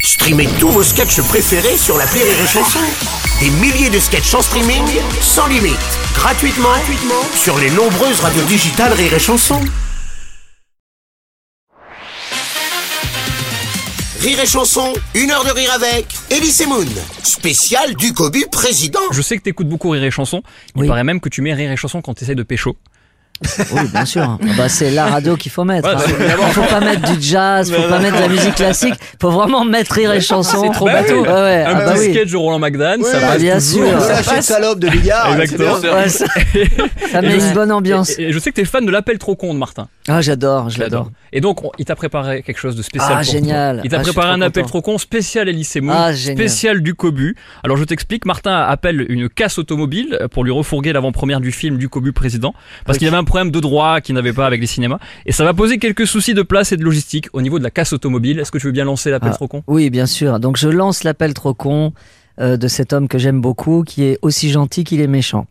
Streamez tous vos sketchs préférés sur la Rire et Chanson. Des milliers de sketchs en streaming, sans limite, gratuitement, gratuitement sur les nombreuses radios digitales Rire et Chanson. Rire et Chanson, une heure de rire avec Elise Moon, spécial du Cobu président. Je sais que t'écoutes beaucoup Rire et Chanson. Il Oui. Oh, paraît même que tu mets Rire et Chanson quand t'essayes de pécho. Oui, bien sûr. Ah bah, c'est la radio qu'il faut mettre. Ouais, hein. bah, évidemment. faut pas mettre du jazz, faut pas mettre de la musique classique, faut vraiment mettre rire et chanson. C'est trop Ah, bateau. Ouais, ouais. Un Ah bah petit oui. sketch de Roland McDan, ça bah, passe bien toujours. sûr. Ça passe. salope de Bigard. Exactement. c'est bien. Ouais, ça, ça met une bonne ambiance. Et, et je sais que t'es fan de l'appel trop con de Martin. Ah, j'adore, je l'adore. Et donc, on- il t'a préparé quelque chose de spécial. Ah, pour génial. toi. Il t'a Ah, je suis préparé trop un appel content. trop con spécial Elise Moon, Ah, génial. spécial du Cobu. Alors, je t'explique. Martin appelle une casse automobile pour lui refourguer l'avant-première du film du Cobu président. Parce qu'il avait un problème de droit qu'il n'avait pas avec les cinémas. Et ça va poser quelques soucis de place et de logistique au niveau de la casse automobile. Est-ce que tu veux bien lancer l'appel Ah. trop con? Oui, bien sûr. Donc, je lance l'appel trop con euh, de cet homme que j'aime beaucoup, qui est aussi gentil qu'il est méchant.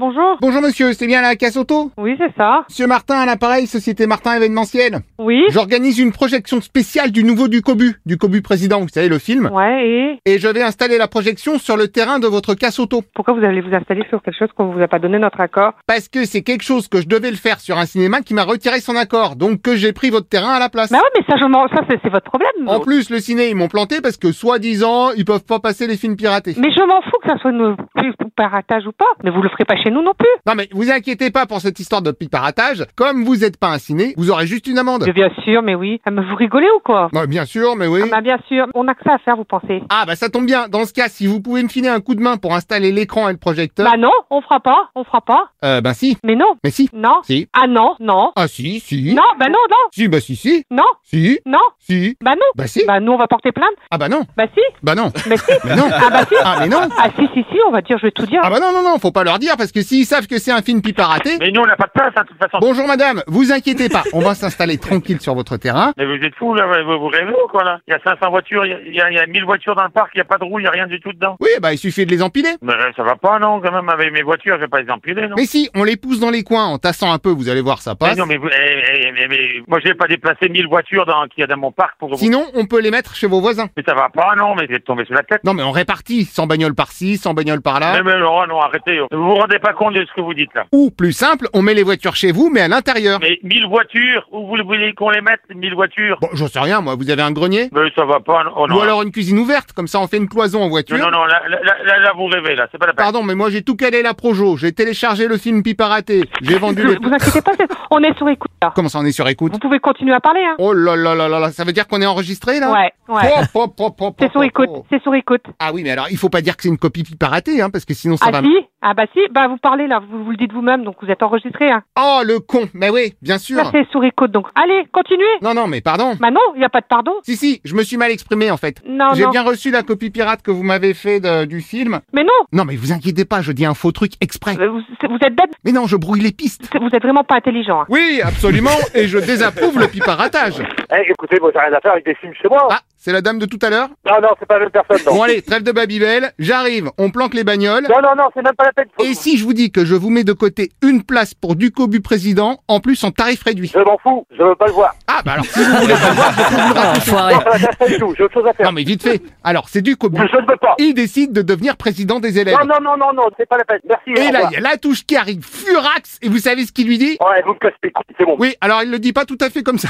Bonjour. Bonjour monsieur, c'est bien la casse auto Oui, c'est ça. Monsieur Martin à l'appareil, Société Martin événementielle. Oui. J'organise une projection spéciale du nouveau du Cobu, du Cobu président, vous savez le film. Ouais, et Et je vais installer la projection sur le terrain de votre casse auto. pourquoi vous allez vous installer sur quelque chose qu'on vous a pas donné notre accord Parce que c'est quelque chose que je devais le faire sur un cinéma qui m'a retiré son accord, donc que j'ai pris votre terrain à la place. Bah ouais, mais ça, je m'en- ça c'est c'est votre problème. En plus, le ciné, ils m'ont planté parce que soi-disant, ils peuvent pas passer les films piratés. Mais je m'en fous que ça soit une plus paratage ou pas. Mais vous le ferez pas chez nous non plus. Non mais vous inquiétez pas pour cette histoire de piratage, comme vous êtes pas un ciné, vous aurez juste une amende. Mais bien sûr, mais oui. Ah, mais vous rigolez ou quoi Ouais, bien sûr, mais oui. Ah, bah, bien sûr. On a que ça à faire, vous pensez Ah bah ça tombe bien, dans ce cas, si vous pouvez me filer un coup de main pour installer l'écran et le projecteur... Bah non, on fera pas, on fera pas. Euh ben si, Mais non, mais si, non. si. Ah non, non. Ah si, si. Non, bah non, non, Si, bah si, si, non, si, non. si. Bah non. Bah si. Bah nous, on va porter plainte. Ah bah non, Bah si. bah non, Bah si. mais non. Ah bah si. Ah mais non. Ah si, si, si, on va dire, je vais tout dire. Ah bah non, non, non, faut pas leur dire parce que s'ils savent que c'est un film pipa raté... Mais nous, on n'a pas de place, hein, de toute façon. Bonjour madame, vous inquiétez pas, on va s'installer tranquille sur votre terrain. Mais vous êtes fous, là, vous, vous rêvez ou quoi, là Il y a 500 voitures, il y a- il y, a- il y a 1000 voitures dans le parc, il n'y a pas de roue, il n'y a rien du tout dedans. Oui, bah il suffit de les empiler. Mais euh, ça va pas, non, quand même, avec mes voitures, je vais pas les empiler, non Mais si, on les pousse dans les coins en tassant un peu, vous allez voir, ça Mais passe. non, mais, vous, eh, eh, mais- mais moi, je vais pas déplacer 1000 voitures dans- qu'il y a dans mon parc pour vous. Sinon, on peut les mettre chez vos voisins. Mais ça va pas, non, mais vous êtes tombé sur la tête. Non mais on répartit, sans bagnole par-ci, sans bagnole par-là. Mais, mais Laurent, non, arrêtez. oh. Vous vous rendez pas compte de ce que vous dites, là. Ou plus simple, on met les voitures chez vous, mais à l'intérieur. Mais 1000 voitures, où vous voulez qu'on les mette, 1000 voitures Bon, j'en sais rien, moi, vous avez un grenier Mais ça va pas, non. oh, non. Ou alors une cuisine ouverte, comme ça on fait une cloison en voiture. Non, non, non, là, là, là, là, vous rêvez, là, c'est pas la peine. Pardon, mais moi j'ai tout calé la Projo, j'ai téléchargé le film Piparaté, j'ai vendu les... Vous inquiétez pas, c'est- on est sur écoute là. Comment ça, on est sur écoute Vous pouvez continuer à parler, hein. Oh là là là là là, ça veut dire qu'on est enregistré là Oh, Ouais, ouais. Hop, hop, hop, hop, C'est hop, sur hop, écoute, hop. c'est sur écoute. Ah oui, mais alors il faut pas dire que c'est une copie Piparaté, hein, parce que sinon ça Ah va... si Ah bah si, bah vous parlez là, vous, vous le dites vous-même, donc vous êtes enregistré, hein. Oh le con, mais oui, bien Là sûr. Bah, c'est sur écoute, donc allez, continuez Non, non, mais pardon. Bah non, il n'y a pas de pardon. Si, si, je me suis mal exprimé en fait. Non, J'ai non. bien reçu la copie pirate que vous m'avez fait de- du film. Mais non Non, mais vous inquiétez pas, je dis un faux truc exprès. Euh, vous, c'est- vous êtes bête, Mais non, je brouille les pistes. c'est- vous êtes vraiment pas intelligent. hein. Oui, absolument, et je désapprouve le piparatage. Eh, écoutez, moi, j'ai rien à faire avec des films chez moi. Ah, c'est la dame de tout à l'heure Non, non, c'est pas la même personne, non. Bon allez, trêve de Babybel, j'arrive, on planque les bagnoles. Non, non, non, c'est même pas la peine. Et si je vous dis que je vous mets de côté une place pour Ducobu président, en plus en tarif réduit Je m'en fous, je veux pas le voir. Ah bah alors si vous voulez pas le voir, je peux vous le Ah, bah, raconter. enfoiré. Non, ça m'intéresse pas du tout, j'ai autre chose à faire. Non mais vite fait, alors c'est Ducobu. Je ne veux pas. Il décide de devenir président des élèves. Non, non, non, non, non, c'est pas la peine. Merci. Et au là, revoir. il y a la touche qui arrive, Furax, et vous savez ce qu'il lui dit Ouais, vous me cassez les couilles, c'est bon. Oui, alors il le dit pas tout à fait comme ça.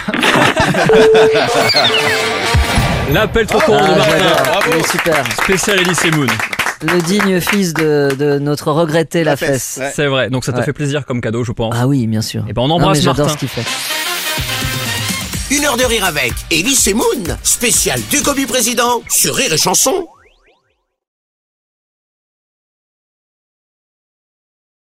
L'appel trop con Ah, de j'adore. Martin. Il est super. Spécial Elise Moon. Le digne fils de, de notre regretté la, fesse. C'est vrai. Donc, ça t'a Ouais. fait plaisir comme cadeau, je pense. Ah oui, bien sûr. Eh ben, on Non, mais embrasse J'adore Martin. ce qu'il fait. Une heure de rire avec Elise et Moon, spécial du Cobu président sur Rire et Chanson.